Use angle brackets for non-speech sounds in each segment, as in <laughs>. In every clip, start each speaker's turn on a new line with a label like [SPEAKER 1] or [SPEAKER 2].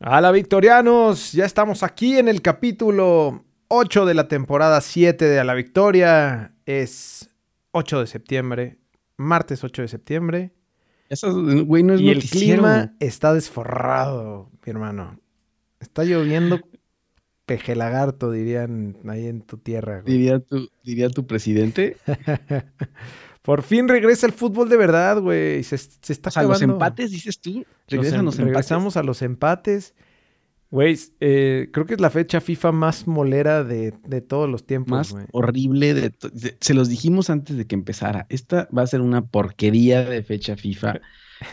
[SPEAKER 1] Hola victorianos, ya estamos aquí en el capítulo 8 de la temporada 7 de A la Victoria. Es 8 de septiembre, martes 8 de septiembre.
[SPEAKER 2] Eso, güey, no es
[SPEAKER 1] y el
[SPEAKER 2] noticiero.
[SPEAKER 1] clima está desforrado, mi hermano. Está lloviendo pejelagarto, dirían ahí en tu tierra. güey.
[SPEAKER 2] Diría tu, diría tu presidente.
[SPEAKER 1] Por fin regresa el fútbol de verdad, güey. Se, se está
[SPEAKER 2] O sea, los
[SPEAKER 1] acabando.
[SPEAKER 2] empates, dices tú.
[SPEAKER 1] Nos
[SPEAKER 2] Regresan
[SPEAKER 1] em-
[SPEAKER 2] los empates.
[SPEAKER 1] Regresamos a los empates. Güey, s- eh, creo que es la fecha FIFA más molera de, de todos los tiempos,
[SPEAKER 2] Más
[SPEAKER 1] güey.
[SPEAKER 2] horrible de, to- de- Se los dijimos antes de que empezara. Esta va a ser una porquería de
[SPEAKER 1] <laughs>
[SPEAKER 2] fecha FIFA.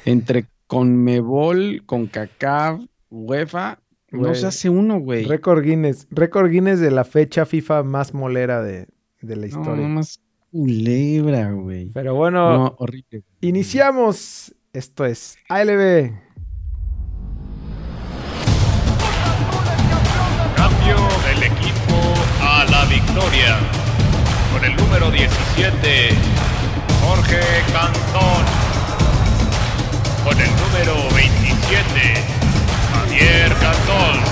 [SPEAKER 2] Entre Conmebol, Concacaf, UEFA. No
[SPEAKER 1] Güey.
[SPEAKER 2] se hace uno, güey.
[SPEAKER 1] Récord Guinness. Récord Guinness de la fecha FIFA más molera de, de la
[SPEAKER 2] No,
[SPEAKER 1] historia.
[SPEAKER 2] no más culebra, güey.
[SPEAKER 1] Pero bueno,
[SPEAKER 2] No, horrible.
[SPEAKER 1] iniciamos. Esto es ALB.
[SPEAKER 3] Cambio del equipo a la victoria. Con el número 17, Jorge Cantón. Con el número 27, Javier Cantón.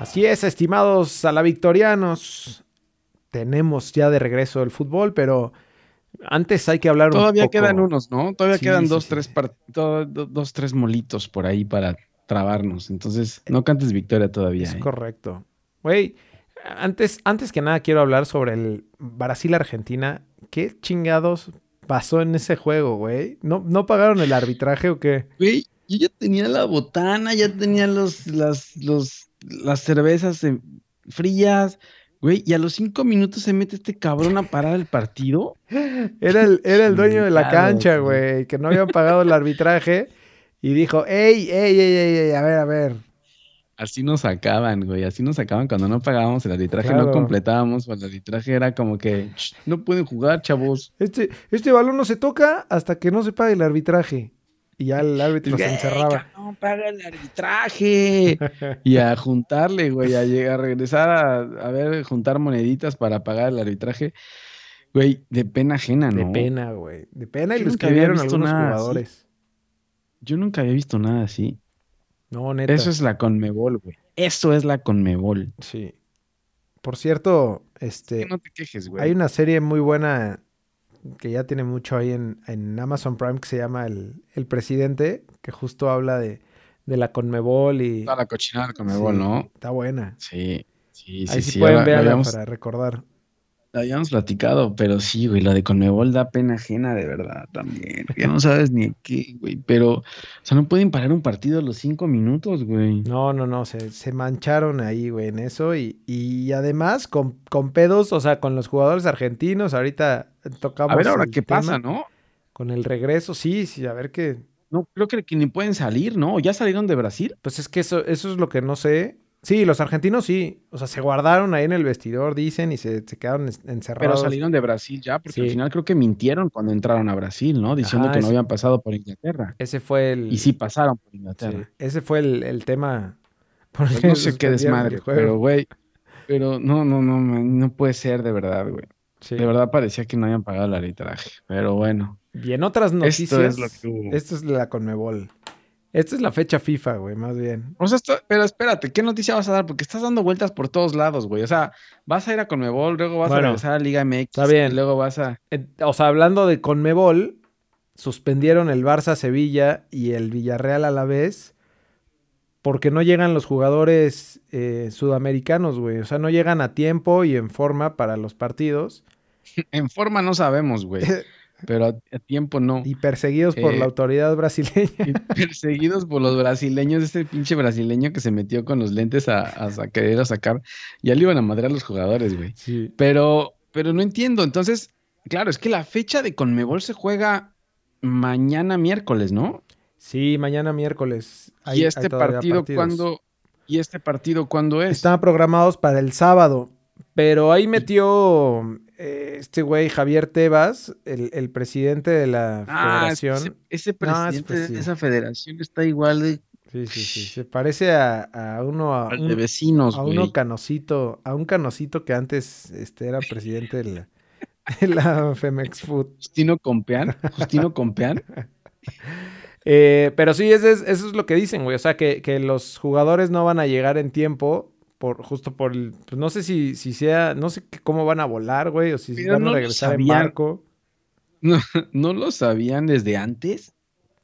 [SPEAKER 1] Así es, estimados a la victorianos. Tenemos ya de regreso el fútbol, pero antes hay que hablar
[SPEAKER 2] Todavía
[SPEAKER 1] un poco.
[SPEAKER 2] quedan unos, ¿no? Todavía
[SPEAKER 1] Sí,
[SPEAKER 2] quedan
[SPEAKER 1] sí,
[SPEAKER 2] dos,
[SPEAKER 1] sí,
[SPEAKER 2] tres
[SPEAKER 1] sí.
[SPEAKER 2] par- do- do- dos, tres molitos por ahí para trabarnos. Entonces, no cantes victoria todavía.
[SPEAKER 1] Es
[SPEAKER 2] ¿eh?
[SPEAKER 1] correcto. Güey, antes, antes que nada quiero hablar sobre el Brasil-Argentina. ¿Qué chingados pasó en ese juego, güey? ¿No, ¿No pagaron el arbitraje o qué?
[SPEAKER 2] Güey, yo ya tenía la botana, ya tenía los, las, los, las cervezas eh, frías. Güey, y a los cinco minutos se mete este cabrón a parar el partido.
[SPEAKER 1] Era el, era el dueño de la
[SPEAKER 2] Chingado,
[SPEAKER 1] cancha,
[SPEAKER 2] güey.
[SPEAKER 1] güey, que no habían pagado el arbitraje. Y dijo, ey, ey, ey, ey, ey, a ver, a ver.
[SPEAKER 2] Así nos sacaban, güey. Así nos sacaban cuando no pagábamos el arbitraje,
[SPEAKER 1] Claro.
[SPEAKER 2] no completábamos. O el arbitraje era como que "Ch, no pueden jugar, chavos.
[SPEAKER 1] Este, este balón no se toca hasta que no se pague el arbitraje. Y ya el árbitro se
[SPEAKER 2] "Güey,
[SPEAKER 1] encerraba.
[SPEAKER 2] cabrón, paga el arbitraje. <laughs> y a juntarle, güey, a llegar, a regresar a, a ver, juntar moneditas para pagar el arbitraje. Güey, de pena ajena,
[SPEAKER 1] De
[SPEAKER 2] ¿no?
[SPEAKER 1] pena, güey. De pena y
[SPEAKER 2] Yo
[SPEAKER 1] lo
[SPEAKER 2] nunca había
[SPEAKER 1] escribieron
[SPEAKER 2] visto
[SPEAKER 1] algunos
[SPEAKER 2] nada así.
[SPEAKER 1] jugadores.
[SPEAKER 2] Yo nunca había visto nada así.
[SPEAKER 1] No, neta.
[SPEAKER 2] Eso es la Conmebol, güey. Eso es la Conmebol.
[SPEAKER 1] Sí. Por cierto, este,
[SPEAKER 2] Que No te quejes, güey.
[SPEAKER 1] hay una serie muy buena que ya tiene mucho ahí en, en Amazon Prime que se llama El, El Presidente, que justo habla de, de la Conmebol y
[SPEAKER 2] Toda Ah, la cochinada de la Conmebol,
[SPEAKER 1] Sí,
[SPEAKER 2] ¿no?
[SPEAKER 1] está buena.
[SPEAKER 2] Sí, sí, sí.
[SPEAKER 1] ahí sí,
[SPEAKER 2] sí,
[SPEAKER 1] pueden
[SPEAKER 2] ahora- lo
[SPEAKER 1] verla
[SPEAKER 2] habíamos,
[SPEAKER 1] para recordar.
[SPEAKER 2] lo habíamos platicado, pero sí, güey, la de Conmebol da pena ajena de verdad también. Ya no sabes ni qué, güey. Pero, o sea, no pueden parar un partido a los cinco minutos, güey.
[SPEAKER 1] No, no, no, se, se mancharon ahí, güey, en eso. Y, y además con, con pedos, o sea, con los jugadores argentinos, ahorita tocamos.
[SPEAKER 2] a ver ahora
[SPEAKER 1] el
[SPEAKER 2] qué
[SPEAKER 1] tema
[SPEAKER 2] pasa, ¿no?
[SPEAKER 1] Con el regreso, sí, sí, a ver qué,
[SPEAKER 2] No, creo que, que ni pueden salir, ¿no? ¿Ya salieron de Brasil?
[SPEAKER 1] Pues es que eso, eso es lo que no sé. Sí, los argentinos sí. O sea, se guardaron ahí en el vestidor, dicen, y se, se quedaron en-
[SPEAKER 2] Pero
[SPEAKER 1] encerrados.
[SPEAKER 2] salieron de Brasil ya, porque al
[SPEAKER 1] Sí.
[SPEAKER 2] final creo que mintieron cuando entraron a Brasil, ¿no? Diciendo
[SPEAKER 1] Ajá,
[SPEAKER 2] que no
[SPEAKER 1] es-
[SPEAKER 2] habían pasado por Inglaterra.
[SPEAKER 1] Ese fue el.
[SPEAKER 2] Y sí pasaron por
[SPEAKER 1] sí,
[SPEAKER 2] Inglaterra.
[SPEAKER 1] ese fue el, el tema. <laughs> por
[SPEAKER 2] Pues
[SPEAKER 1] el
[SPEAKER 2] no
[SPEAKER 1] que <laughs>
[SPEAKER 2] sé qué
[SPEAKER 1] suspendieron
[SPEAKER 2] desmadre,
[SPEAKER 1] el juego.
[SPEAKER 2] pero güey. Pero no, no, no, man, no puede ser de verdad, güey.
[SPEAKER 1] Sí.
[SPEAKER 2] De verdad parecía que no habían pagado el arbitraje. Pero bueno,
[SPEAKER 1] Y en otras noticias.
[SPEAKER 2] esto es lo que hubo.
[SPEAKER 1] Esto es la Conmebol. Esta es la fecha FIFA, güey, más bien.
[SPEAKER 2] O sea, esto- pero espérate, ¿qué noticia vas a dar? Porque estás dando vueltas por todos lados, güey. O sea, vas a ir a Conmebol, luego vas
[SPEAKER 1] Bueno,
[SPEAKER 2] a regresar a Liga MX,
[SPEAKER 1] está bien.
[SPEAKER 2] y luego vas a. <laughs>
[SPEAKER 1] Eh, O sea, hablando de Conmebol, suspendieron el Barça Sevilla y el Villarreal a la vez. Porque no llegan los jugadores eh, sudamericanos, güey. O sea, no llegan a tiempo y en forma para los partidos.
[SPEAKER 2] En forma no sabemos, güey.
[SPEAKER 1] <laughs>
[SPEAKER 2] Pero a- a tiempo no.
[SPEAKER 1] Y perseguidos por
[SPEAKER 2] Eh.
[SPEAKER 1] la autoridad brasileña.
[SPEAKER 2] <laughs> Y perseguidos por los brasileños, ese pinche brasileño que se metió con los lentes a, a sa- querer a sacar. Ya le iban a madrear a los jugadores, güey.
[SPEAKER 1] Sí.
[SPEAKER 2] Pero, pero no entiendo. Entonces, claro, es que la fecha de Conmebol se juega mañana miércoles, ¿no?
[SPEAKER 1] mañana miércoles.
[SPEAKER 2] y este
[SPEAKER 1] todavía
[SPEAKER 2] partido
[SPEAKER 1] partidos.
[SPEAKER 2] cuándo. ¿Y este partido cuándo es?
[SPEAKER 1] Estaban programados para el sábado. Pero ahí metió eh, este güey Javier Tebas, el, el presidente de la
[SPEAKER 2] Ah, es que
[SPEAKER 1] federación.
[SPEAKER 2] Ese, ese
[SPEAKER 1] No, es
[SPEAKER 2] presidente
[SPEAKER 1] presi-
[SPEAKER 2] de esa federación está igual de,
[SPEAKER 1] Sí, sí, sí. Se parece a, a uno a
[SPEAKER 2] de
[SPEAKER 1] un,
[SPEAKER 2] vecinos,
[SPEAKER 1] a
[SPEAKER 2] güey.
[SPEAKER 1] uno canocito, a un canocito que antes este, era presidente de la, <laughs> la Femex Food.
[SPEAKER 2] Justino Compeán. Justino Compeán.
[SPEAKER 1] Eh, pero sí, ese es- eso es lo que dicen, güey. O sea, que, que los jugadores no van a llegar en tiempo. Por, justo por el- pues, no sé si, si sea, no sé qué- cómo van a volar, güey, o si
[SPEAKER 2] Pero
[SPEAKER 1] van
[SPEAKER 2] no
[SPEAKER 1] a
[SPEAKER 2] lo
[SPEAKER 1] regresar en
[SPEAKER 2] sabían.
[SPEAKER 1] barco.
[SPEAKER 2] ¿No lo sabían desde antes?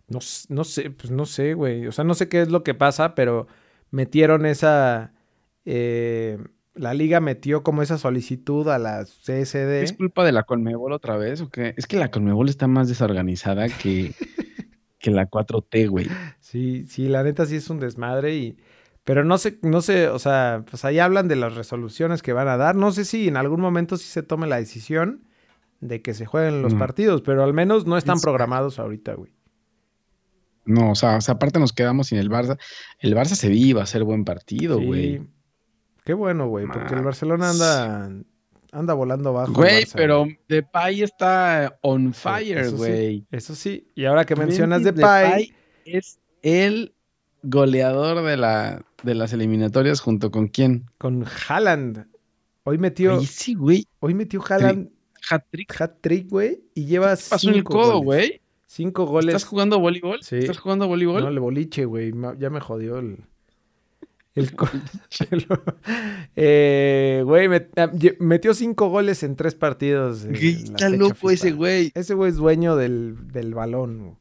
[SPEAKER 1] No, s- no sé, pues no sé, güey. O sea, no sé qué es lo que pasa, pero metieron esa. eh, la liga metió como esa solicitud a la CSD.
[SPEAKER 2] ¿Es culpa de la Conmebol otra vez o qué? Es que la Conmebol está más desorganizada que, que la 4T, güey.
[SPEAKER 1] Sí, sí, la neta sí es un desmadre y... Pero no sé, no sé, o sea, pues ahí hablan de las resoluciones que van a dar. No sé si en algún momento sí se tome la decisión de que se jueguen los
[SPEAKER 2] Mm.
[SPEAKER 1] partidos, pero al menos no están
[SPEAKER 2] Sí.
[SPEAKER 1] programados ahorita, güey.
[SPEAKER 2] No, o sea, o sea, aparte nos quedamos sin el Barça. El Barça se iba a ser buen partido,
[SPEAKER 1] Sí.
[SPEAKER 2] güey.
[SPEAKER 1] Qué bueno, güey, porque el
[SPEAKER 2] Mames.
[SPEAKER 1] Barcelona anda, anda volando bajo. el
[SPEAKER 2] Güey,
[SPEAKER 1] Barça,
[SPEAKER 2] pero Depay está on
[SPEAKER 1] Sí,
[SPEAKER 2] fire,
[SPEAKER 1] eso sí,
[SPEAKER 2] güey.
[SPEAKER 1] Eso sí, y ahora que mencionas de
[SPEAKER 2] Memphis
[SPEAKER 1] Pay,
[SPEAKER 2] es el goleador de, la, de las eliminatorias junto con quién.
[SPEAKER 1] con Haaland. Hoy metió,
[SPEAKER 2] Güey, sí, güey.
[SPEAKER 1] hoy metió Haaland
[SPEAKER 2] Hat-trick.
[SPEAKER 1] hat-trick, güey, y lleva
[SPEAKER 2] Pasó en el
[SPEAKER 1] cinco
[SPEAKER 2] codo,
[SPEAKER 1] goles.
[SPEAKER 2] güey.
[SPEAKER 1] Cinco
[SPEAKER 2] ¿Estás
[SPEAKER 1] goles
[SPEAKER 2] jugando voleibol?
[SPEAKER 1] Sí.
[SPEAKER 2] ¿Estás jugando voleibol?
[SPEAKER 1] No, el boliche, güey. ma- Ya me jodió el. El. co- <laughs> el- eh, Güey, met- ah, ye- metió cinco goles en tres partidos. en
[SPEAKER 2] Güey,
[SPEAKER 1] la
[SPEAKER 2] está
[SPEAKER 1] fecha
[SPEAKER 2] loco
[SPEAKER 1] FIFA.
[SPEAKER 2] ese güey.
[SPEAKER 1] Ese güey es dueño del, del balón. güey.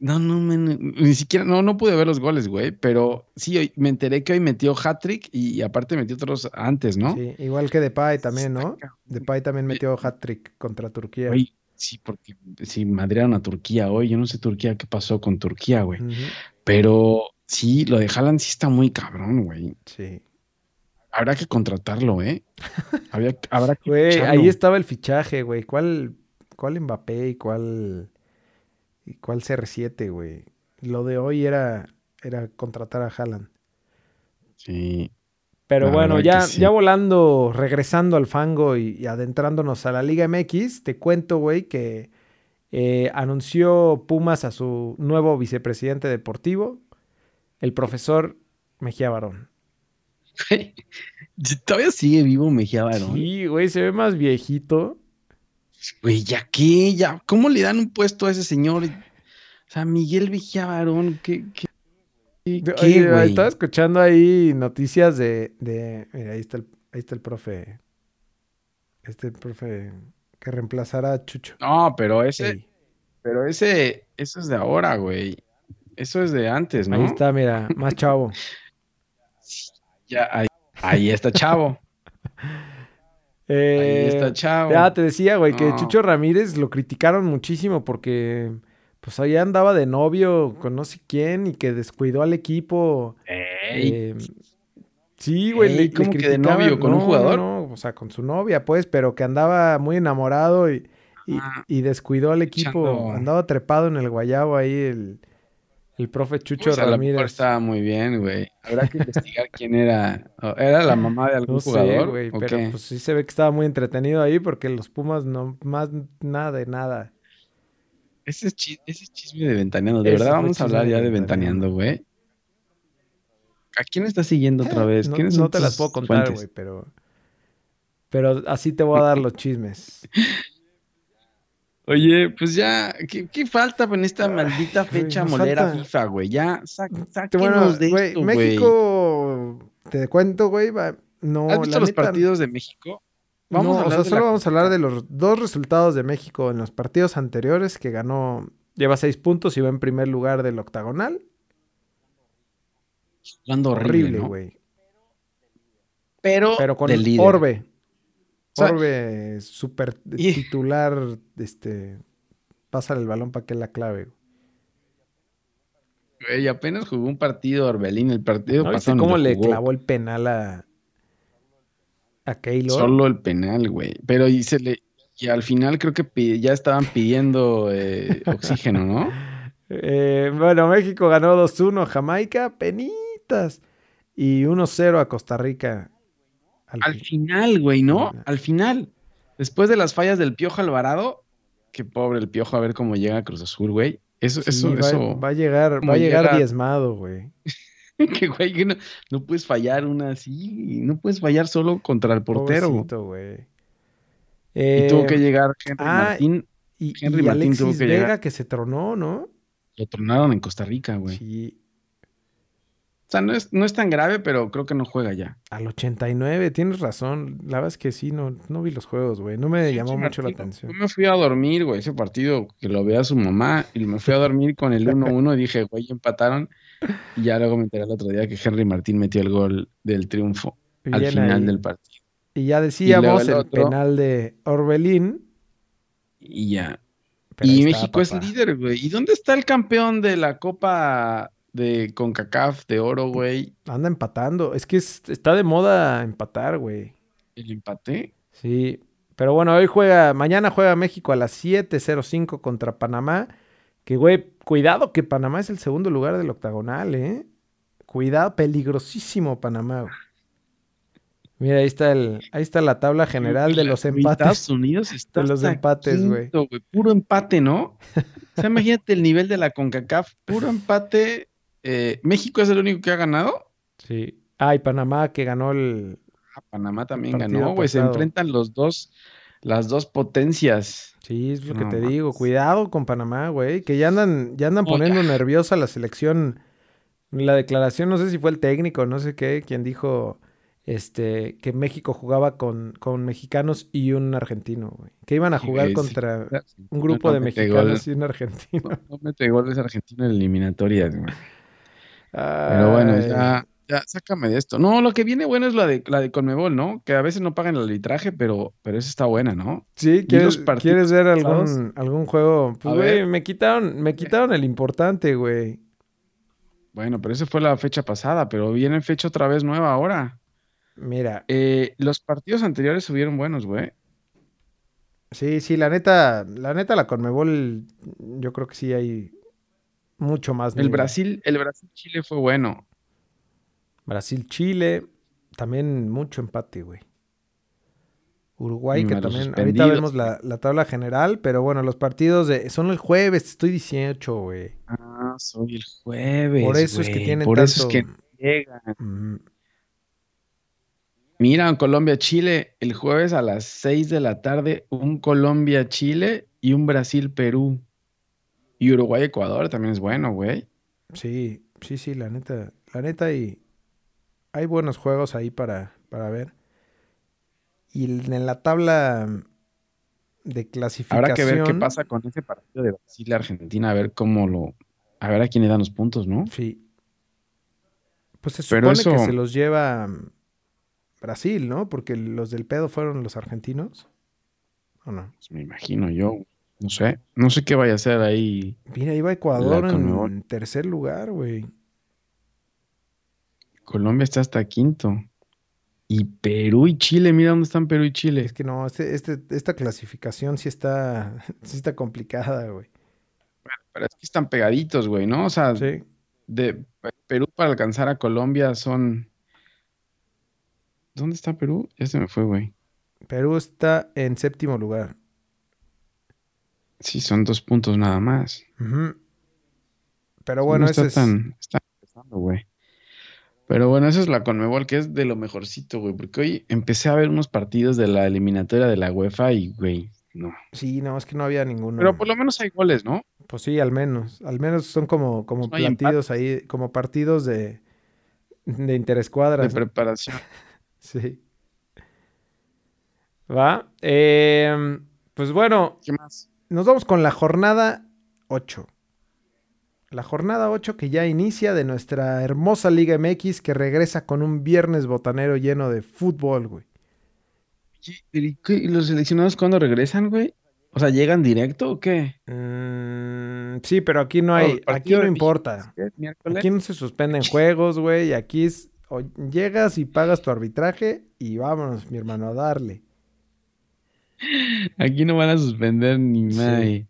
[SPEAKER 2] No, no, men, ni siquiera, no, no pude ver los goles, güey. Pero sí, hoy, me enteré que hoy metió hat-trick y, aparte metió otros antes, ¿no?
[SPEAKER 1] Sí, igual que Depay también, ¿no?
[SPEAKER 2] Está cabrón.
[SPEAKER 1] Depay también metió hat-trick contra Turquía.
[SPEAKER 2] Güey, sí, porque sí, madrearon a Turquía hoy. Yo no sé Turquía qué pasó con Turquía, güey.
[SPEAKER 1] Ujú,
[SPEAKER 2] Pero sí, lo de Haaland sí está muy cabrón, güey.
[SPEAKER 1] Sí.
[SPEAKER 2] Habrá que
[SPEAKER 1] <laughs>
[SPEAKER 2] contratarlo, ¿eh? Había- habrá que
[SPEAKER 1] Güey,
[SPEAKER 2] ficharlo.
[SPEAKER 1] ahí estaba el fichaje, güey. ¿Cuál, cuál Mbappé y cuál, y cuál CR7, güey? Lo de hoy era, era contratar a Haaland.
[SPEAKER 2] Sí. <laughs>
[SPEAKER 1] Pero
[SPEAKER 2] La
[SPEAKER 1] bueno,
[SPEAKER 2] verdad
[SPEAKER 1] ya,
[SPEAKER 2] que sí.
[SPEAKER 1] ya volando, regresando al fango y, y adentrándonos a la Liga MX, te cuento, güey, que eh, anunció Pumas a su nuevo vicepresidente deportivo, el profesor Mejía Barón.
[SPEAKER 2] Todavía sigue vivo Mejía Barón.
[SPEAKER 1] Sí, güey, se ve más viejito.
[SPEAKER 2] Güey, ¿ya qué? ¿Ya? ¿Cómo le dan un puesto a ese señor? O sea, Miguel Mejía Barón, ¿qué, qué, qué, qué,
[SPEAKER 1] Oye,
[SPEAKER 2] güey?
[SPEAKER 1] estaba escuchando ahí noticias de, de- mira, ahí está el, ahí está el profe, este profe que reemplazará a Chucho.
[SPEAKER 2] No, pero ese,
[SPEAKER 1] Ey,
[SPEAKER 2] pero ese, eso es de ahora, güey. Eso es de antes, ¿no?
[SPEAKER 1] Ahí está, mira, más chavo.
[SPEAKER 2] Ya, ahí, ahí está Chavo. <laughs> ahí
[SPEAKER 1] <laughs> Eh,
[SPEAKER 2] está Chavo.
[SPEAKER 1] Ya te decía, güey, que
[SPEAKER 2] No.
[SPEAKER 1] Chucho Ramírez lo criticaron muchísimo porque pues allá andaba de novio con no sé quién y que descuidó al equipo.
[SPEAKER 2] Ey,
[SPEAKER 1] Eh, sí, güey, le,
[SPEAKER 2] Ey,
[SPEAKER 1] le
[SPEAKER 2] ¿cómo que de
[SPEAKER 1] criticaban-
[SPEAKER 2] novio con un
[SPEAKER 1] no,
[SPEAKER 2] jugador?
[SPEAKER 1] No, no, o sea, con su novia, pues, pero que andaba muy enamorado y, y-
[SPEAKER 2] Ah.
[SPEAKER 1] y descuidó al equipo.
[SPEAKER 2] Echando-
[SPEAKER 1] Andaba trepado en el guayabo ahí el, el profe Chucho
[SPEAKER 2] pues, a lo mejor
[SPEAKER 1] Ramírez.
[SPEAKER 2] estaba muy bien, güey. Habrá
[SPEAKER 1] <laughs>
[SPEAKER 2] que investigar quién era. ¿O ¿Era la mamá de algún
[SPEAKER 1] No sé,
[SPEAKER 2] jugador?
[SPEAKER 1] güey,
[SPEAKER 2] ¿O
[SPEAKER 1] pero
[SPEAKER 2] qué?
[SPEAKER 1] pues sí se ve que estaba muy entretenido ahí porque los Pumas no más nada de nada.
[SPEAKER 2] Ese es, chi- ese es chisme de ventaneando. De
[SPEAKER 1] Ese
[SPEAKER 2] verdad
[SPEAKER 1] fue
[SPEAKER 2] vamos a
[SPEAKER 1] chisme
[SPEAKER 2] hablar
[SPEAKER 1] de
[SPEAKER 2] ya de
[SPEAKER 1] Ventaneando.
[SPEAKER 2] ventaneando, güey. ¿A quién estás siguiendo otra vez?
[SPEAKER 1] Eh, No,
[SPEAKER 2] Pues, ¿Quiénes
[SPEAKER 1] no
[SPEAKER 2] son
[SPEAKER 1] te las
[SPEAKER 2] tus
[SPEAKER 1] puedo contar,
[SPEAKER 2] fuentes?
[SPEAKER 1] güey, pero. Pero así te voy a dar los chismes.
[SPEAKER 2] Oye, pues ya, ¿qué, qué falta con esta
[SPEAKER 1] Ay,
[SPEAKER 2] maldita
[SPEAKER 1] güey,
[SPEAKER 2] fecha
[SPEAKER 1] nos
[SPEAKER 2] molera
[SPEAKER 1] falta-
[SPEAKER 2] FIFA, güey? Ya, sa-
[SPEAKER 1] Bueno,
[SPEAKER 2] sáquenos de
[SPEAKER 1] güey,
[SPEAKER 2] esto, güey.
[SPEAKER 1] México, te cuento, güey, va- no.
[SPEAKER 2] ¿Has visto
[SPEAKER 1] la
[SPEAKER 2] los
[SPEAKER 1] neta,
[SPEAKER 2] partidos de México? Vamos
[SPEAKER 1] no,
[SPEAKER 2] a
[SPEAKER 1] o
[SPEAKER 2] hablar
[SPEAKER 1] sea,
[SPEAKER 2] de
[SPEAKER 1] solo
[SPEAKER 2] la-
[SPEAKER 1] vamos a hablar de los dos resultados de México en los partidos anteriores que ganó. Lleva seis puntos y va en primer lugar del octagonal.
[SPEAKER 2] Jugando
[SPEAKER 1] Horrible,
[SPEAKER 2] horrible, güey.
[SPEAKER 1] güey.
[SPEAKER 2] Pero,
[SPEAKER 1] Pero con
[SPEAKER 2] de líder.
[SPEAKER 1] Orbe.
[SPEAKER 2] O sea,
[SPEAKER 1] Orbe, super
[SPEAKER 2] y-
[SPEAKER 1] titular, este. Pásale el balón para que la clave. güey.
[SPEAKER 2] Güey, apenas jugó un partido Orbelín, el partido
[SPEAKER 1] ¿No viste
[SPEAKER 2] pasado. ni
[SPEAKER 1] cómo
[SPEAKER 2] lo
[SPEAKER 1] le
[SPEAKER 2] jugó.
[SPEAKER 1] clavó el penal a, a Keylor?
[SPEAKER 2] Solo el penal, güey. Pero y se le... Y al final creo que pi- ya estaban pidiendo <laughs> eh, oxígeno, ¿no?
[SPEAKER 1] Eh, bueno, México ganó 2-1 a Jamaica, penitas. Y 1-0 a Costa Rica. Al
[SPEAKER 2] Al
[SPEAKER 1] fin.
[SPEAKER 2] final, güey, ¿no?
[SPEAKER 1] Ajá.
[SPEAKER 2] Al final. Después de las fallas del Piojo Alvarado, que pobre el Piojo, a ver cómo llega a Cruz Azul, güey. Eso,
[SPEAKER 1] Sí,
[SPEAKER 2] eso,
[SPEAKER 1] va,
[SPEAKER 2] eso.
[SPEAKER 1] va a llegar, va
[SPEAKER 2] como
[SPEAKER 1] a llegar
[SPEAKER 2] llega-
[SPEAKER 1] diezmado, güey.
[SPEAKER 2] <laughs> que, güey, que no, no puedes fallar una así. No puedes fallar solo contra el portero.
[SPEAKER 1] Pobrecito, güey. Eh,
[SPEAKER 2] y tuvo que llegar Henry
[SPEAKER 1] ah,
[SPEAKER 2] Martín.
[SPEAKER 1] y,
[SPEAKER 2] Henry
[SPEAKER 1] y
[SPEAKER 2] Martín
[SPEAKER 1] Alexis
[SPEAKER 2] tuvo que
[SPEAKER 1] Vega
[SPEAKER 2] llegar.
[SPEAKER 1] que se tronó, ¿no?
[SPEAKER 2] Lo tronaron en Costa Rica, güey.
[SPEAKER 1] Sí,
[SPEAKER 2] O sea, no es, no es tan grave, pero creo que no juega ya.
[SPEAKER 1] al 89, tienes razón. La verdad es que sí, no, no vi los juegos, güey. No me llamó
[SPEAKER 2] Henry
[SPEAKER 1] mucho la
[SPEAKER 2] Martín, Yo
[SPEAKER 1] atención.
[SPEAKER 2] me fui a dormir, güey, ese partido que lo vea su mamá, y me fui a dormir con el 1-1 y dije, güey, empataron. Y ya luego me enteré el otro día que Henry Martín metió el gol del triunfo al
[SPEAKER 1] Bien
[SPEAKER 2] final
[SPEAKER 1] ahí.
[SPEAKER 2] del partido.
[SPEAKER 1] Y ya decíamos
[SPEAKER 2] el
[SPEAKER 1] el,
[SPEAKER 2] otro.
[SPEAKER 1] penal de Orbelín.
[SPEAKER 2] Y ya.
[SPEAKER 1] pero ahí
[SPEAKER 2] y
[SPEAKER 1] estaba,
[SPEAKER 2] México es el
[SPEAKER 1] papá.
[SPEAKER 2] líder, güey. ¿Y dónde está el campeón de la Copa de CONCACAF de oro, güey?
[SPEAKER 1] Anda empatando. Es que es- está de moda empatar, güey.
[SPEAKER 2] El empate.
[SPEAKER 1] Sí. Pero bueno, hoy juega, mañana juega México a las 7.05 contra Panamá. Que, güey, cuidado que Panamá es el segundo lugar del octagonal, ¿eh? Cuidado, peligrosísimo Panamá. güey. Mira, ahí está, el, ahí está la tabla general de los
[SPEAKER 2] Güey,
[SPEAKER 1] empates.
[SPEAKER 2] Estados Unidos está
[SPEAKER 1] los
[SPEAKER 2] hasta
[SPEAKER 1] empates, güey.
[SPEAKER 2] quinto, Puro empate, ¿no? O sea, imagínate el nivel de la CONCACAF. Puro empate. Eh, México es el único que ha ganado.
[SPEAKER 1] Sí. Ah, y Panamá que ganó el...
[SPEAKER 2] Ah, Panamá también
[SPEAKER 1] Partido
[SPEAKER 2] ganó, güey. Se
[SPEAKER 1] pasado.
[SPEAKER 2] enfrentan los dos, las
[SPEAKER 1] <laughs>
[SPEAKER 2] dos potencias.
[SPEAKER 1] Sí, es lo que
[SPEAKER 2] No
[SPEAKER 1] te digo.
[SPEAKER 2] mames.
[SPEAKER 1] Cuidado con Panamá, güey. Que ya andan, ya andan
[SPEAKER 2] Oh, ya.
[SPEAKER 1] poniendo nerviosa la selección. La declaración, no sé si fue el técnico, no sé qué, quien dijo este, que México jugaba con, con mexicanos y un argentino, güey. Que iban a jugar
[SPEAKER 2] Sí, sí.
[SPEAKER 1] contra un grupo
[SPEAKER 2] No
[SPEAKER 1] de
[SPEAKER 2] mete
[SPEAKER 1] mexicanos
[SPEAKER 2] gol.
[SPEAKER 1] y un argentino.
[SPEAKER 2] No, no mete goles Argentina en eliminatorias, güey. <laughs> Pero bueno,
[SPEAKER 1] Ay,
[SPEAKER 2] ya, ya, sácame de esto. No, lo que viene bueno es la de, la de Conmebol, ¿no? Que a veces no pagan el arbitraje, pero, pero esa está buena, ¿no?
[SPEAKER 1] Sí,
[SPEAKER 2] los
[SPEAKER 1] ¿quieres,
[SPEAKER 2] partidos
[SPEAKER 1] quieres ver
[SPEAKER 2] pasados?
[SPEAKER 1] algún, algún juego? Pues,
[SPEAKER 2] A
[SPEAKER 1] güey,
[SPEAKER 2] ver. Eh.
[SPEAKER 1] me quitaron, me quitaron el importante, güey.
[SPEAKER 2] Bueno, pero esa fue la fecha pasada, pero viene fecha otra vez nueva ahora.
[SPEAKER 1] Mira,
[SPEAKER 2] Eh, los partidos anteriores subieron buenos, güey.
[SPEAKER 1] Sí, sí, la neta, la neta, la Conmebol, yo creo que sí hay mucho más.
[SPEAKER 2] El
[SPEAKER 1] nivel.
[SPEAKER 2] Brasil, el Brasil-Chile fue bueno.
[SPEAKER 1] Brasil, Chile, también mucho empate, güey. Uruguay,
[SPEAKER 2] Y
[SPEAKER 1] que
[SPEAKER 2] más los
[SPEAKER 1] también, ahorita vemos
[SPEAKER 2] suspendidos.
[SPEAKER 1] la, la tabla general, pero bueno, los partidos de, son el jueves, te estoy 18, güey.
[SPEAKER 2] Ah, soy el jueves.
[SPEAKER 1] Por eso es que
[SPEAKER 2] güey,
[SPEAKER 1] tienen
[SPEAKER 2] Por eso es
[SPEAKER 1] tanto-
[SPEAKER 2] que no llegan.
[SPEAKER 1] Mm,
[SPEAKER 2] Mira, Colombia-Chile, el jueves a las 6 de la tarde, un Colombia-Chile y un Brasil-Perú. Y Uruguay-Ecuador también es bueno, güey.
[SPEAKER 1] sí, sí, sí, la neta, la neta, y hay buenos juegos ahí para, para ver. Y en la tabla de clasificación.
[SPEAKER 2] Habrá que ver qué pasa con ese partido de Brasil-Argentina, a ver cómo lo. A ver a quién le dan los puntos, ¿no?
[SPEAKER 1] Sí. Pues se supone
[SPEAKER 2] Pero
[SPEAKER 1] que
[SPEAKER 2] eso-
[SPEAKER 1] se los lleva mm, Brasil, ¿no? Porque los del pedo fueron los argentinos. ¿O no?
[SPEAKER 2] Pues me imagino yo. No sé. No sé qué vaya a hacer ahí.
[SPEAKER 1] Mira, iba Ecuador
[SPEAKER 2] La Conmebol.
[SPEAKER 1] en tercer lugar, güey.
[SPEAKER 2] Colombia está hasta quinto. Y Perú y Chile, mira dónde están Perú y Chile.
[SPEAKER 1] Es que no, este, este- esta clasificación sí está, <laughs> sí está complicada, güey.
[SPEAKER 2] Pero es que están pegaditos, güey, ¿no? O sea,
[SPEAKER 1] Sí.
[SPEAKER 2] de Pe- Perú para alcanzar a Colombia son. ¿Dónde está Perú? Ya se me fue, güey.
[SPEAKER 1] Perú está en séptimo lugar.
[SPEAKER 2] Sí, son dos puntos nada más.
[SPEAKER 1] Ujú. Pero
[SPEAKER 2] No
[SPEAKER 1] bueno,
[SPEAKER 2] está
[SPEAKER 1] ese es.
[SPEAKER 2] tan- está empezando, güey. Pero bueno, eso es la Conmebol, que es de lo mejorcito, güey. Porque hoy empecé a ver unos partidos de la eliminatoria de la UEFA y, güey, no.
[SPEAKER 1] Sí, no, es que no había ninguno.
[SPEAKER 2] Pero por lo menos hay goles, ¿no?
[SPEAKER 1] Pues sí, al menos. Al menos son como, como
[SPEAKER 2] No hay empate.
[SPEAKER 1] partidos ahí, como partidos de, de interescuadras.
[SPEAKER 2] De
[SPEAKER 1] ¿no?
[SPEAKER 2] preparación.
[SPEAKER 1] Sí. Va. eh, pues bueno,
[SPEAKER 2] ¿Qué más?
[SPEAKER 1] nos vamos con la jornada 8. La jornada 8 que ya inicia de nuestra hermosa Liga MX que regresa con un viernes botanero lleno de fútbol, güey.
[SPEAKER 2] Oye, pero ¿Y qué? ¿Y los seleccionados cuándo regresan, güey? O sea, ¿llegan directo o qué?
[SPEAKER 1] Mm, sí, pero aquí no
[SPEAKER 2] Ah,
[SPEAKER 1] hay,
[SPEAKER 2] el
[SPEAKER 1] aquí
[SPEAKER 2] partido
[SPEAKER 1] no
[SPEAKER 2] de
[SPEAKER 1] importa.
[SPEAKER 2] ¿Qué? ¿Miércoles?
[SPEAKER 1] Aquí no se suspenden juegos, güey. Aquí es, o llegas y pagas tu arbitraje y vámonos, mi hermano, a darle.
[SPEAKER 2] Aquí no van a suspender ni
[SPEAKER 1] Sí.
[SPEAKER 2] madre.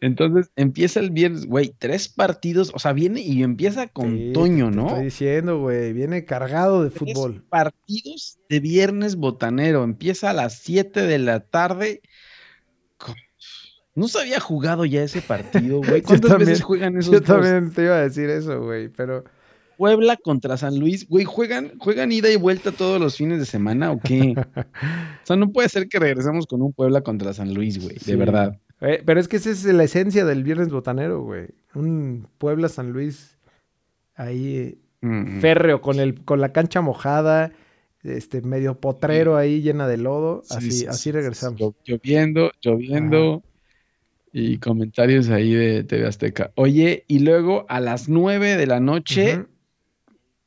[SPEAKER 2] Entonces empieza el viernes, güey, tres partidos, o sea, viene y empieza con
[SPEAKER 1] Sí,
[SPEAKER 2] Toño,
[SPEAKER 1] te
[SPEAKER 2] ¿no?
[SPEAKER 1] Estoy diciendo, güey, viene cargado de
[SPEAKER 2] Tres
[SPEAKER 1] fútbol.
[SPEAKER 2] partidos de viernes botanero, empieza a las 7 de la tarde. Co- No se había jugado ya ese partido,
[SPEAKER 1] <laughs>
[SPEAKER 2] güey.
[SPEAKER 1] Yo
[SPEAKER 2] ¿Cuántas
[SPEAKER 1] también,
[SPEAKER 2] veces juegan esos
[SPEAKER 1] Yo
[SPEAKER 2] dos?
[SPEAKER 1] también te iba a decir eso, güey, pero
[SPEAKER 2] Puebla contra San Luis, güey, ¿juegan, ¿juegan ida y vuelta todos los fines de semana o <laughs> qué? o sea, no puede ser que regresamos con un Puebla contra San Luis, güey,
[SPEAKER 1] Sí.
[SPEAKER 2] de verdad.
[SPEAKER 1] Eh, pero es que esa es la esencia del Viernes Botanero, güey. Un Puebla-San Luis ahí eh,
[SPEAKER 2] Mm, mm.
[SPEAKER 1] férreo, con, el, con la cancha mojada, este medio potrero ahí llena de lodo.
[SPEAKER 2] Sí,
[SPEAKER 1] así
[SPEAKER 2] sí,
[SPEAKER 1] así
[SPEAKER 2] sí,
[SPEAKER 1] regresamos.
[SPEAKER 2] llo- Lloviendo, lloviendo. Y comentarios ahí de TV Azteca. Oye, y luego a las 9 de la noche,
[SPEAKER 1] Ujú.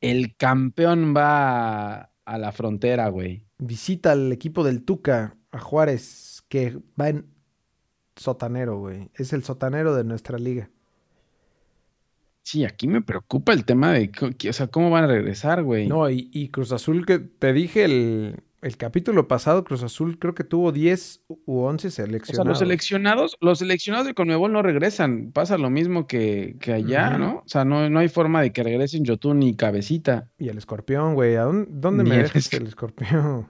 [SPEAKER 2] el campeón va a, a la frontera, güey.
[SPEAKER 1] Visita al equipo del Tuca a Juárez, que va en sotanero, güey. Es el sotanero de nuestra liga.
[SPEAKER 2] Sí, aquí me preocupa el tema de, co- que- o sea, ¿cómo van a regresar, güey?
[SPEAKER 1] No, y, y Cruz Azul, que te dije el, el capítulo pasado, Cruz Azul creo que tuvo 10 u 11
[SPEAKER 2] o sea,
[SPEAKER 1] seleccionados.
[SPEAKER 2] los seleccionados, los seleccionados de Conmebol no regresan. Pasa lo mismo que, que allá,
[SPEAKER 1] Ujú.
[SPEAKER 2] ¿no? O sea, no, no hay forma de que regresen Yotun ni Cabecita.
[SPEAKER 1] Y el escorpión, güey. ¿A dónde, dónde me
[SPEAKER 2] Ni el
[SPEAKER 1] dejas el
[SPEAKER 2] <laughs>
[SPEAKER 1] escorpión?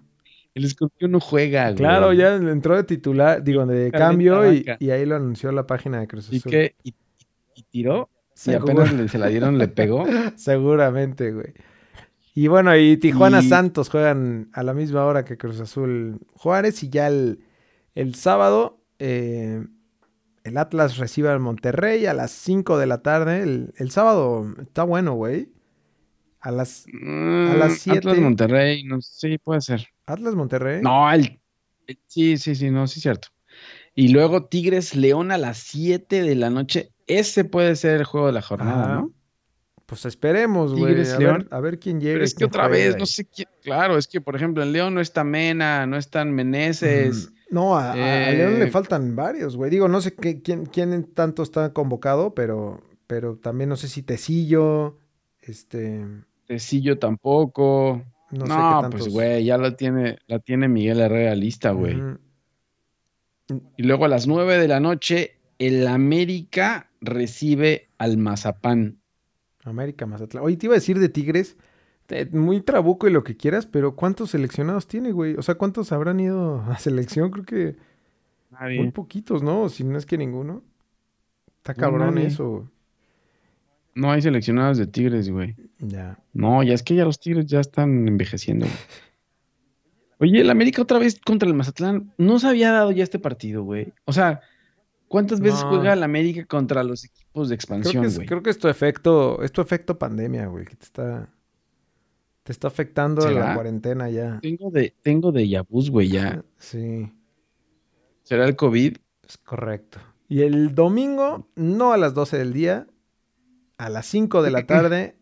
[SPEAKER 2] El escorpión no juega, güey.
[SPEAKER 1] Claro, ya entró de titular, digo, de
[SPEAKER 2] Carnita
[SPEAKER 1] cambio y,
[SPEAKER 2] vaca.
[SPEAKER 1] y ahí lo anunció la página de Cruz
[SPEAKER 2] Y
[SPEAKER 1] Azul.
[SPEAKER 2] que y- y tiró Y
[SPEAKER 1] Segu-
[SPEAKER 2] apenas le- se la dieron,
[SPEAKER 1] <laughs>
[SPEAKER 2] le pegó.
[SPEAKER 1] Seguramente, güey. Y bueno, y Tijuana
[SPEAKER 2] Y-
[SPEAKER 1] Santos juegan a la misma hora que Cruz Azul Juárez y ya el, el sábado eh, el Atlas recibe al Monterrey a las 5 de la tarde. El, el sábado está bueno, güey. A las
[SPEAKER 2] A
[SPEAKER 1] las siete.
[SPEAKER 2] Mm, Atlas Monterrey, no sí, puede ser.
[SPEAKER 1] Atlas Monterrey.
[SPEAKER 2] No, el, el- sí, sí, sí, no, sí, cierto. Y luego Tigres León a las 7 de la noche. Ese puede ser el juego de la jornada,
[SPEAKER 1] Ajá.
[SPEAKER 2] ¿no?
[SPEAKER 1] Pues esperemos, güey.
[SPEAKER 2] Tigres,
[SPEAKER 1] A ver,
[SPEAKER 2] León.
[SPEAKER 1] a ver quién llega.
[SPEAKER 2] Pero
[SPEAKER 1] y
[SPEAKER 2] es que
[SPEAKER 1] quién
[SPEAKER 2] otra
[SPEAKER 1] juega
[SPEAKER 2] vez,
[SPEAKER 1] ahí.
[SPEAKER 2] no sé quién. Claro, es que, por ejemplo, en León no está Mena, no están Meneses.
[SPEAKER 1] Mm, No, a, a- a León le
[SPEAKER 2] eh,
[SPEAKER 1] faltan varios, güey. Digo, no sé qué, quién, quién en tanto está convocado, pero, pero también no sé si Tecillo, este,
[SPEAKER 2] Tecillo tampoco.
[SPEAKER 1] no,
[SPEAKER 2] No,
[SPEAKER 1] sé qué tantos.
[SPEAKER 2] pues, güey, ya la tiene, la tiene Miguel Herrera lista, güey.
[SPEAKER 1] Ujú.
[SPEAKER 2] Y luego a las 9 de la noche, el América recibe al Mazapán.
[SPEAKER 1] América, Mazatlán. Oye, te iba a decir de Tigres, te- muy trabuco y lo que quieras, pero ¿cuántos seleccionados tiene, güey? O sea, ¿cuántos habrán ido <laughs> a selección? Creo que muy poquitos, ¿no? Si no es que ninguno. Está
[SPEAKER 2] No,
[SPEAKER 1] cabrón
[SPEAKER 2] nadie.
[SPEAKER 1] eso.
[SPEAKER 2] No hay seleccionados de Tigres, güey.
[SPEAKER 1] Ya.
[SPEAKER 2] No, ya es que ya los Tigres ya están envejeciendo. güey. Oye, el América otra vez contra el Mazatlán. No se había dado ya este partido, güey. O sea, ¿cuántas veces
[SPEAKER 1] No.
[SPEAKER 2] juega el América contra los equipos de
[SPEAKER 1] Creo que,
[SPEAKER 2] expansión,
[SPEAKER 1] es,
[SPEAKER 2] güey?
[SPEAKER 1] creo que es tu efecto, es tu efecto pandemia, güey, que te está, te está afectando la
[SPEAKER 2] ¿Será?
[SPEAKER 1] cuarentena ya. Ah,
[SPEAKER 2] Tengo de, tengo de Yabús, güey, ya.
[SPEAKER 1] Sí,
[SPEAKER 2] ¿Será el COVID?
[SPEAKER 1] es correcto. Y el domingo, no a las 12 del día, a las 5 de
[SPEAKER 2] <laughs>
[SPEAKER 1] la tarde,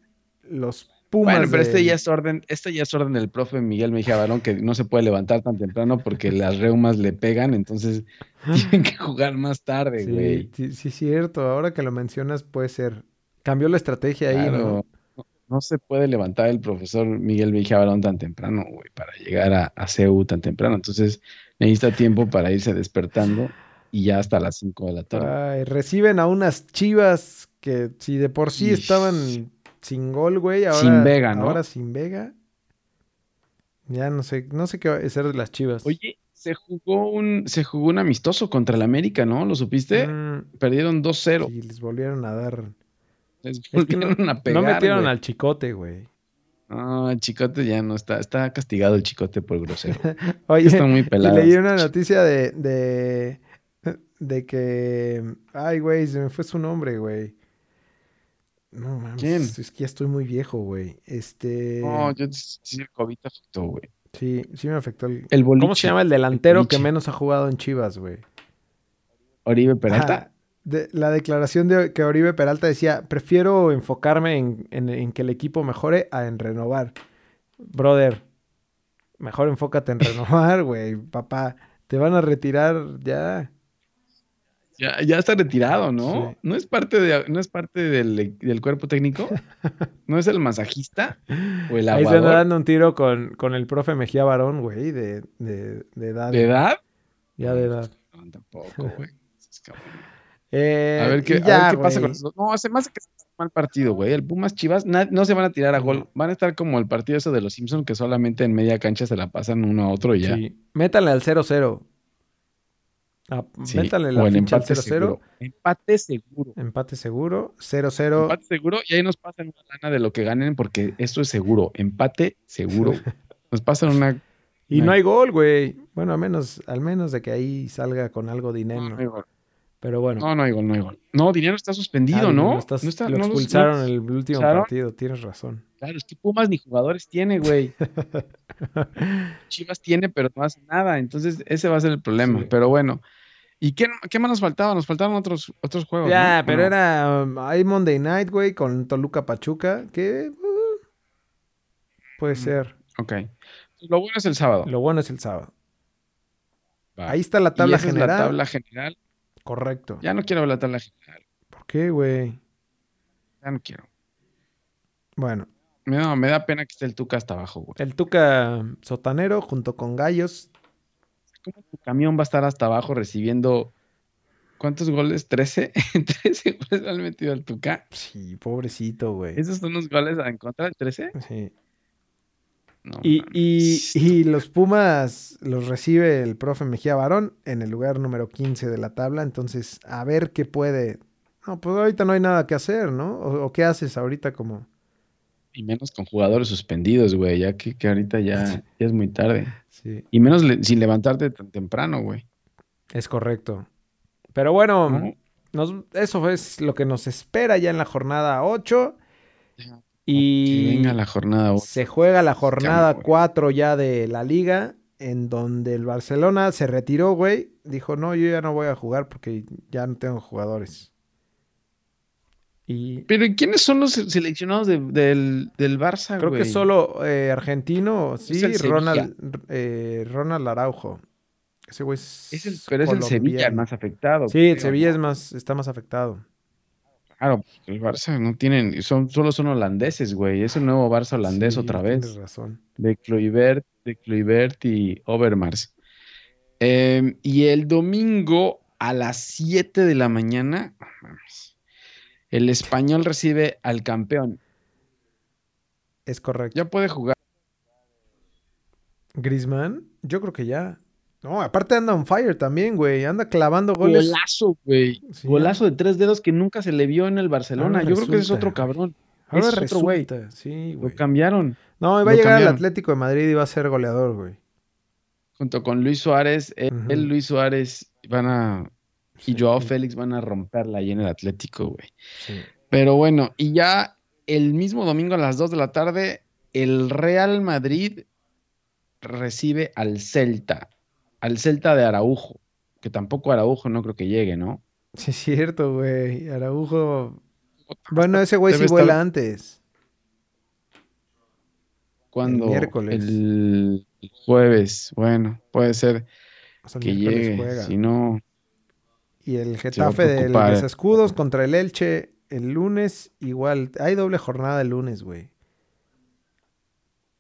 [SPEAKER 1] los Pumas.
[SPEAKER 2] bueno, pero este
[SPEAKER 1] del-
[SPEAKER 2] ya es orden, este ya es orden del profe Miguel Mejía Barón, que no se puede levantar tan temprano porque las reumas le
[SPEAKER 1] <laughs>
[SPEAKER 2] pegan, entonces tienen que jugar más tarde, güey.
[SPEAKER 1] Sí, sí, sí, cierto. Ahora que lo mencionas, puede ser. Cambió la estrategia ahí, ¿no?
[SPEAKER 2] Claro, no- No se puede levantar el profesor Miguel Mejía Barón tan temprano, güey, para llegar a, a CEU tan temprano. Entonces necesita tiempo para irse despertando y ya hasta las 5 de la tarde.
[SPEAKER 1] Ay, reciben a unas chivas que si de por sí
[SPEAKER 2] Ish.
[SPEAKER 1] estaban sin gol, güey, ahora
[SPEAKER 2] Sin Vega, ¿no?
[SPEAKER 1] ahora sin Vega. Ya no sé, no sé qué va a ser de las chivas.
[SPEAKER 2] Oye, se jugó un, se jugó un amistoso contra el América, ¿no? ¿Lo supiste?
[SPEAKER 1] Mm,
[SPEAKER 2] Perdieron 2-0.
[SPEAKER 1] sí, les volvieron a dar.
[SPEAKER 2] Les
[SPEAKER 1] Es que no,
[SPEAKER 2] volvieron a
[SPEAKER 1] no
[SPEAKER 2] pegar,
[SPEAKER 1] metieron
[SPEAKER 2] güey.
[SPEAKER 1] al chicote, güey.
[SPEAKER 2] No, el chicote ya no está, está castigado el chicote
[SPEAKER 1] <laughs>
[SPEAKER 2] por grosero.
[SPEAKER 1] Oye,
[SPEAKER 2] Está muy
[SPEAKER 1] y
[SPEAKER 2] pelado.
[SPEAKER 1] leí una noticia de, de, de que. Ay, güey, se me fue su nombre, güey. No mames,
[SPEAKER 2] ¿Quién?
[SPEAKER 1] es que ya estoy muy viejo, güey. Este.
[SPEAKER 2] No, yo sí, el COVID afectó, güey.
[SPEAKER 1] Sí, sí me afectó el.
[SPEAKER 2] El boliche.
[SPEAKER 1] ¿Cómo se llama el delantero que
[SPEAKER 2] boliche.
[SPEAKER 1] menos ha jugado en Chivas, güey?
[SPEAKER 2] Oribe Peralta.
[SPEAKER 1] Ah, de- la declaración de que Oribe Peralta decía, prefiero enfocarme en, en- en que el equipo mejore a en renovar. Brother, mejor enfócate en renovar, <laughs> güey, papá. Te van a retirar ya.
[SPEAKER 2] Ya, ya está retirado, ¿no?
[SPEAKER 1] Sí.
[SPEAKER 2] No es parte, de, no es parte del, del
[SPEAKER 1] <laughs>
[SPEAKER 2] cuerpo técnico. No es el masajista o el
[SPEAKER 1] Ahí se anda
[SPEAKER 2] aguador
[SPEAKER 1] dando un tiro con, con el profe Mejía Barón, güey, de, de- de edad.
[SPEAKER 2] de edad.
[SPEAKER 1] Ya de edad.
[SPEAKER 2] No, tampoco,
[SPEAKER 1] <laughs>
[SPEAKER 2] güey. Es cabrón.
[SPEAKER 1] Eh,
[SPEAKER 2] A ver qué,
[SPEAKER 1] y
[SPEAKER 2] a ver
[SPEAKER 1] ya,
[SPEAKER 2] qué pasa
[SPEAKER 1] güey.
[SPEAKER 2] con eso. No, se me hace que es un mal partido, güey. El Pumas Chivas na- no se van a tirar a gol. Van a estar como el partido eso de los Simpsons que solamente en media cancha se la pasan uno a otro y ya.
[SPEAKER 1] Sí. Métanle al 0-0. Ah,
[SPEAKER 2] Sí,
[SPEAKER 1] métale
[SPEAKER 2] o
[SPEAKER 1] la
[SPEAKER 2] el
[SPEAKER 1] ficha al
[SPEAKER 2] empate
[SPEAKER 1] 0-0.
[SPEAKER 2] seguro.
[SPEAKER 4] Empate seguro.
[SPEAKER 1] Empate seguro. 0-0.
[SPEAKER 2] Empate seguro y ahí nos pasan una lana de lo que ganen porque esto es seguro. Empate seguro. Nos pasan una...
[SPEAKER 1] Y no
[SPEAKER 2] Ay.
[SPEAKER 1] hay gol, güey. Bueno, a menos, al menos de que ahí salga con algo dinero.
[SPEAKER 2] No, no hay gol.
[SPEAKER 1] Pero bueno.
[SPEAKER 2] No, no hay gol, no hay gol. No, Dinero está suspendido,
[SPEAKER 1] Ah,
[SPEAKER 2] ¿no?
[SPEAKER 1] lo estás-
[SPEAKER 2] No está-
[SPEAKER 1] lo
[SPEAKER 2] no los-
[SPEAKER 1] expulsaron
[SPEAKER 2] no-
[SPEAKER 1] en el último
[SPEAKER 2] expulsaron.
[SPEAKER 1] partido, tienes razón.
[SPEAKER 2] Claro, es que Pumas ni jugadores tiene, güey. Chivas tiene, pero no hace nada. Entonces, ese va a ser el problema.
[SPEAKER 1] Sí.
[SPEAKER 2] Pero bueno. ¿Y qué, qué más nos faltaba? Nos faltaron otros, otros
[SPEAKER 1] <laughs>
[SPEAKER 2] juegos.
[SPEAKER 1] ya,
[SPEAKER 2] ¿no?
[SPEAKER 1] pero
[SPEAKER 2] Bueno,
[SPEAKER 1] era. um, Hay Monday Night, güey, con Toluca Pachuca, que. uh, puede
[SPEAKER 2] Mm.
[SPEAKER 1] ser.
[SPEAKER 2] Ok. Lo bueno es el sábado.
[SPEAKER 1] Lo bueno es el sábado.
[SPEAKER 2] Va.
[SPEAKER 1] Ahí está la
[SPEAKER 2] Ah. Y
[SPEAKER 1] tabla
[SPEAKER 2] esa es
[SPEAKER 1] general.
[SPEAKER 2] la tabla general.
[SPEAKER 1] Correcto.
[SPEAKER 2] Ya no quiero hablar de la tabla general.
[SPEAKER 1] ¿Por qué, güey?
[SPEAKER 2] Ya no quiero.
[SPEAKER 1] Bueno,
[SPEAKER 2] Me da, me da pena que esté el Tuca hasta abajo, güey.
[SPEAKER 1] el Tuca Sotanero junto con Gallos.
[SPEAKER 2] ¿Cómo tu camión va a estar hasta abajo recibiendo cuántos goles? <laughs> ¿13? ¿13 goles le han metido al Tuca?
[SPEAKER 1] Sí, pobrecito, güey.
[SPEAKER 2] ¿Esos son los goles en contra del 13?
[SPEAKER 1] Sí.
[SPEAKER 2] No,
[SPEAKER 1] Y,
[SPEAKER 2] mames.
[SPEAKER 1] y- y los Pumas los recibe el profe Mejía Barón en el lugar número 15 de la tabla. Entonces, a ver qué puede. No, pues ahorita no hay nada que hacer, ¿no? O, o qué haces ahorita como.
[SPEAKER 2] Y menos con jugadores suspendidos, güey, ya que, que ahorita ya, ya es muy tarde.
[SPEAKER 1] Sí,
[SPEAKER 2] Y menos le- sin levantarte tan temprano, güey.
[SPEAKER 1] es correcto. Pero bueno,
[SPEAKER 2] ¿no?
[SPEAKER 1] nos- eso es lo que nos espera ya en la jornada 8.
[SPEAKER 2] Ya,
[SPEAKER 1] Y
[SPEAKER 2] Que venga la jornada. güey.
[SPEAKER 1] se juega la
[SPEAKER 2] Ya
[SPEAKER 1] jornada
[SPEAKER 2] me voy.
[SPEAKER 1] 4 ya de la liga, en donde el Barcelona se retiró, güey. Dijo, no, yo ya no voy a jugar porque ya no tengo jugadores. Y
[SPEAKER 2] Pero ¿y ¿quiénes son los seleccionados de- del, del Barça,
[SPEAKER 1] creo
[SPEAKER 2] güey?
[SPEAKER 1] que solo eh, argentino, sí,
[SPEAKER 2] el Sevilla.
[SPEAKER 1] Ronald, eh, Ronald Araujo. Ese güey es,
[SPEAKER 2] Es el- pero es el Sevilla el
[SPEAKER 1] colombiano.
[SPEAKER 2] más afectado.
[SPEAKER 1] Sí, el
[SPEAKER 2] creo,
[SPEAKER 1] Sevilla
[SPEAKER 2] ¿no?
[SPEAKER 1] es más, está más afectado.
[SPEAKER 2] Claro, el Barça no tienen, son, solo son holandeses, güey. Es el nuevo Barça holandés
[SPEAKER 1] Sí,
[SPEAKER 2] otra
[SPEAKER 1] Tienes
[SPEAKER 2] vez.
[SPEAKER 1] razón.
[SPEAKER 2] De Kluivert, de Kluivert y Overmars. Eh, y el domingo a las 7 de la mañana, no mames, el español recibe al campeón.
[SPEAKER 1] Es correcto.
[SPEAKER 2] Ya puede jugar.
[SPEAKER 1] Griezmann, yo creo que ya. No, aparte anda on fire también, güey. Anda clavando goles.
[SPEAKER 2] Golazo, güey.
[SPEAKER 1] Sí.
[SPEAKER 2] Golazo de tres dedos que nunca se le vio en el Barcelona.
[SPEAKER 1] Ahora
[SPEAKER 2] Yo creo que ese es
[SPEAKER 1] resulta.
[SPEAKER 2] otro cabrón.
[SPEAKER 1] Ahora
[SPEAKER 2] Ese es otro güey.
[SPEAKER 1] resulta, sí,
[SPEAKER 2] Lo
[SPEAKER 1] güey.
[SPEAKER 2] cambiaron.
[SPEAKER 1] No, y va
[SPEAKER 2] lo
[SPEAKER 1] a llegar al
[SPEAKER 2] cambiaron.
[SPEAKER 1] Atlético de Madrid y va a ser goleador, güey.
[SPEAKER 2] Junto con Luis Suárez, él,
[SPEAKER 1] Ujú.
[SPEAKER 2] él, Luis Suárez van a
[SPEAKER 1] Sí,
[SPEAKER 2] y Joao
[SPEAKER 1] sí,
[SPEAKER 2] Félix van a romperla ahí en el Atlético, güey.
[SPEAKER 1] sí.
[SPEAKER 2] Pero bueno, y ya el mismo domingo a las 2 de la tarde, el Real Madrid recibe al Celta, al Celta de Araujo, que tampoco Araujo no creo que llegue, ¿no?
[SPEAKER 1] Sí, es cierto, güey. Araujo. Bueno, ese güey sí
[SPEAKER 2] Debe
[SPEAKER 1] vuela
[SPEAKER 2] estar-
[SPEAKER 1] antes.
[SPEAKER 2] Cuando
[SPEAKER 1] El miércoles.
[SPEAKER 2] el jueves, bueno, puede ser
[SPEAKER 1] O sea, el
[SPEAKER 2] que
[SPEAKER 1] miércoles
[SPEAKER 2] llegue,
[SPEAKER 1] juega.
[SPEAKER 2] si no,
[SPEAKER 1] Y el Getafe del
[SPEAKER 2] preocupar. eh.
[SPEAKER 1] Desescudos contra el Elche el lunes, igual. Hay doble jornada el lunes, güey.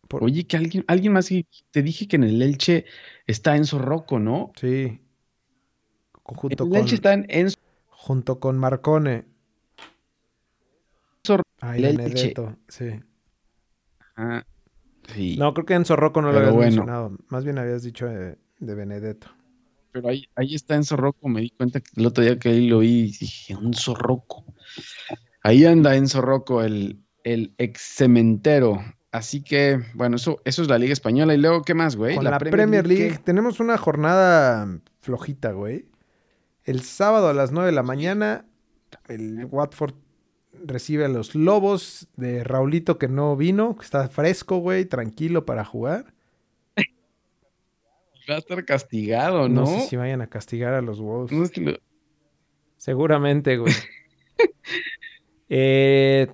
[SPEAKER 1] Por-
[SPEAKER 2] oye, que alguien, alguien más que- te dije que en el Elche está Enzo Rocco, ¿no?
[SPEAKER 1] Sí. Junto
[SPEAKER 2] El
[SPEAKER 1] con,
[SPEAKER 2] Elche está en Enzo
[SPEAKER 1] junto con Marcone.
[SPEAKER 2] Enzo-
[SPEAKER 1] Ahí
[SPEAKER 2] el
[SPEAKER 1] Benedetto, sí.
[SPEAKER 2] Ah, sí.
[SPEAKER 1] No, creo que Enzo Rocco no lo
[SPEAKER 2] Pero
[SPEAKER 1] habías
[SPEAKER 2] bueno.
[SPEAKER 1] mencionado. Más bien habías dicho eh, de Benedetto.
[SPEAKER 2] Pero ahí, ahí está Enzo Rocco, me di cuenta que el otro día que ahí lo vi, dije, Enzo Rocco. Ahí anda Enzo Rocco, el, el ex cementero. Así que, bueno, eso, eso es la Liga Española. Y luego, ¿qué más, güey?
[SPEAKER 1] Con la, Premier League, tenemos una jornada flojita, güey. El sábado a las 9 de la mañana, el Watford recibe a los Lobos de Raulito que no vino, que está fresco, güey, tranquilo para jugar.
[SPEAKER 2] Va a estar castigado,
[SPEAKER 1] No,
[SPEAKER 2] ¿no? Pues
[SPEAKER 1] sé si vayan a castigar a los Wolves.
[SPEAKER 2] No es que lo-
[SPEAKER 1] Seguramente,
[SPEAKER 2] <laughs>
[SPEAKER 1] güey. eh,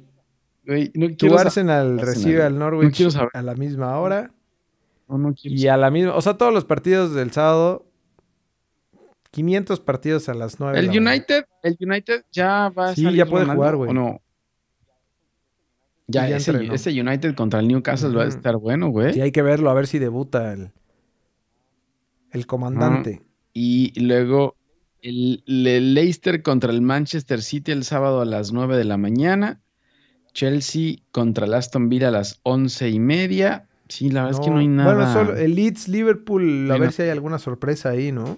[SPEAKER 2] güey, no
[SPEAKER 1] tu
[SPEAKER 2] quiero sa-
[SPEAKER 1] Arsenal
[SPEAKER 2] Arsenal,
[SPEAKER 1] recibe
[SPEAKER 2] güey.
[SPEAKER 1] al Norwich
[SPEAKER 2] quiero saber.
[SPEAKER 1] a la misma hora.
[SPEAKER 2] no, no quiero
[SPEAKER 1] Y a la misma, o sea, todos los partidos del sábado, 500 partidos a las 9. de
[SPEAKER 2] El
[SPEAKER 1] la mañana.
[SPEAKER 2] United, el United ya va a
[SPEAKER 1] Sí,
[SPEAKER 2] salir
[SPEAKER 1] ya puede
[SPEAKER 2] Ronaldo,
[SPEAKER 1] jugar, güey.
[SPEAKER 2] ¿o no? Ya,
[SPEAKER 1] Y ya
[SPEAKER 2] ese,
[SPEAKER 1] entrenó.
[SPEAKER 2] ese United contra el Newcastle va a
[SPEAKER 1] Ujú.
[SPEAKER 2] estar bueno, güey.
[SPEAKER 1] Sí, hay que verlo, a ver si debuta el, el comandante.
[SPEAKER 2] Y luego el, Le- Leicester contra el Manchester City el sábado a las 9 de la mañana. Chelsea contra el Aston Villa a las once y media. Sí, la verdad es que no hay nada.
[SPEAKER 1] eh, Bueno, solo el Leeds, Liverpool, a
[SPEAKER 2] Sí,
[SPEAKER 1] ver
[SPEAKER 2] no.
[SPEAKER 1] si hay alguna sorpresa ahí, ¿no?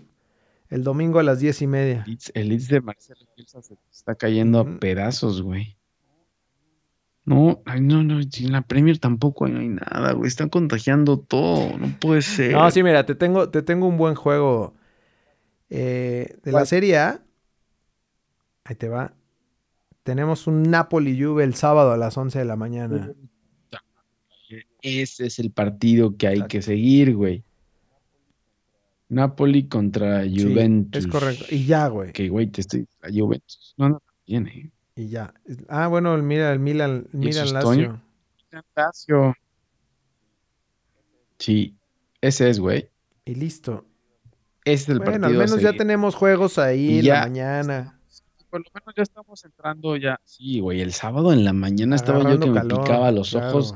[SPEAKER 1] El domingo a las diez y media.
[SPEAKER 2] Leeds- el Leeds de Marcelo Bielsa se está cayendo
[SPEAKER 1] Ujú.
[SPEAKER 2] a pedazos, güey. No, ay, no, no, y en la Premier tampoco no hay nada, güey. Están contagiando todo, no puede ser.
[SPEAKER 1] No, sí, mira, te tengo, te tengo un buen juego eh, de la
[SPEAKER 2] ¿Cuál?
[SPEAKER 1] Serie A. Ahí te va. Tenemos un Napoli Juve el sábado a las 11 de la mañana.
[SPEAKER 2] Ese es el partido que hay
[SPEAKER 1] Exacto.
[SPEAKER 2] que seguir, güey. Napoli contra
[SPEAKER 1] Sí, es
[SPEAKER 2] Juventus.
[SPEAKER 1] correcto. Y ya, güey.
[SPEAKER 2] Que, güey, te estoy. La Juventus no anda tan bien, eh.
[SPEAKER 1] Y ya. Ah, bueno, el Milan, el Milan, el
[SPEAKER 2] ¿Y eso
[SPEAKER 1] Milan
[SPEAKER 2] es
[SPEAKER 1] Lazio.
[SPEAKER 2] Toño? Lazio. Sí, ese es, güey.
[SPEAKER 1] Y listo.
[SPEAKER 2] Ese es el
[SPEAKER 1] bueno,
[SPEAKER 2] partido.
[SPEAKER 1] al
[SPEAKER 2] a
[SPEAKER 1] menos ya
[SPEAKER 2] seguir.
[SPEAKER 1] tenemos juegos ahí
[SPEAKER 2] Y
[SPEAKER 1] en la
[SPEAKER 2] ya.
[SPEAKER 1] mañana.
[SPEAKER 2] Por lo menos ya estamos entrando ya. Sí, güey, el sábado en la mañana estaba yo
[SPEAKER 1] agarrando
[SPEAKER 2] que me
[SPEAKER 1] calor,
[SPEAKER 2] picaba los
[SPEAKER 1] claro.
[SPEAKER 2] ojos.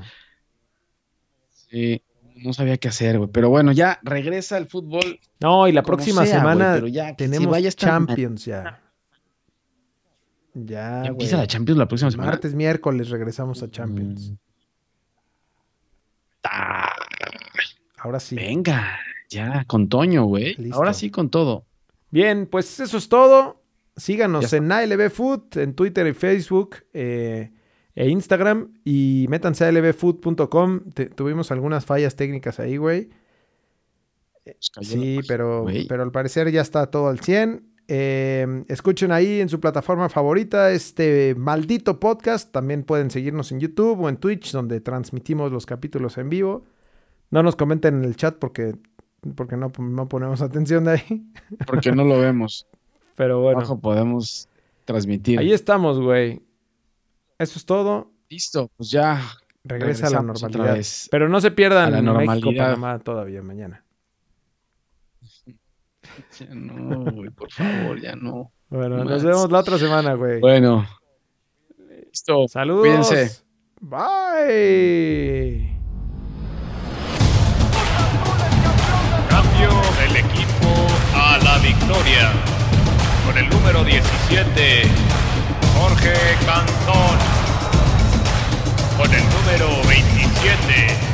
[SPEAKER 2] Sí, no sabía qué hacer, güey. Pero bueno, ya regresa el fútbol.
[SPEAKER 1] No, y la
[SPEAKER 2] como
[SPEAKER 1] próxima
[SPEAKER 2] sea, güey,
[SPEAKER 1] semana
[SPEAKER 2] pero ya que se
[SPEAKER 1] tenemos
[SPEAKER 2] vaya esta
[SPEAKER 1] Champions ya. Ya,
[SPEAKER 2] ma- ya
[SPEAKER 1] güey.
[SPEAKER 2] empieza la Champions Mm. la próxima semana.
[SPEAKER 1] Martes, miércoles regresamos a Champions.
[SPEAKER 2] Ta-
[SPEAKER 1] Ahora sí.
[SPEAKER 2] Ah, Venga, ya, con Toño, güey.
[SPEAKER 1] Listo.
[SPEAKER 2] Ahora sí con todo.
[SPEAKER 1] Bien, pues eso es todo. Síganos
[SPEAKER 2] Ya
[SPEAKER 1] en ALB Food, en Twitter y Facebook eh, e Instagram. Y métanse a albfood.com. Te- tuvimos algunas fallas técnicas ahí, güey.
[SPEAKER 2] Nos pues, cayó la
[SPEAKER 1] Sí,
[SPEAKER 2] página,
[SPEAKER 1] pero,
[SPEAKER 2] güey.
[SPEAKER 1] pero al parecer ya está todo al 100. Eh, escuchen ahí en su plataforma favorita este maldito podcast. También pueden seguirnos en YouTube o en Twitch, donde transmitimos los capítulos en vivo. No nos comenten en el chat porque, porque no, no ponemos <laughs> atención de ahí.
[SPEAKER 2] Porque no lo vemos.
[SPEAKER 1] Pero <laughs> bueno,
[SPEAKER 2] Abajo podemos transmitir.
[SPEAKER 1] ahí estamos, güey. Eso es todo.
[SPEAKER 2] Listo, pues ya.
[SPEAKER 1] Regresa a la
[SPEAKER 2] regresamos otra
[SPEAKER 1] normalidad.
[SPEAKER 2] vez.
[SPEAKER 1] Pero no se
[SPEAKER 2] A
[SPEAKER 1] pierdan
[SPEAKER 2] la normalidad.
[SPEAKER 1] México-Panamá todavía mañana.
[SPEAKER 2] Ya no, güey, por favor, ya no.
[SPEAKER 1] Bueno, nos
[SPEAKER 2] Más.
[SPEAKER 1] vemos la otra semana, güey.
[SPEAKER 2] Bueno, listo.
[SPEAKER 1] Saludos.
[SPEAKER 2] Cuídense.
[SPEAKER 1] Bye.
[SPEAKER 3] Cambio del equipo a la victoria. Con el número 17, Jorge Cantón. Con el número 27,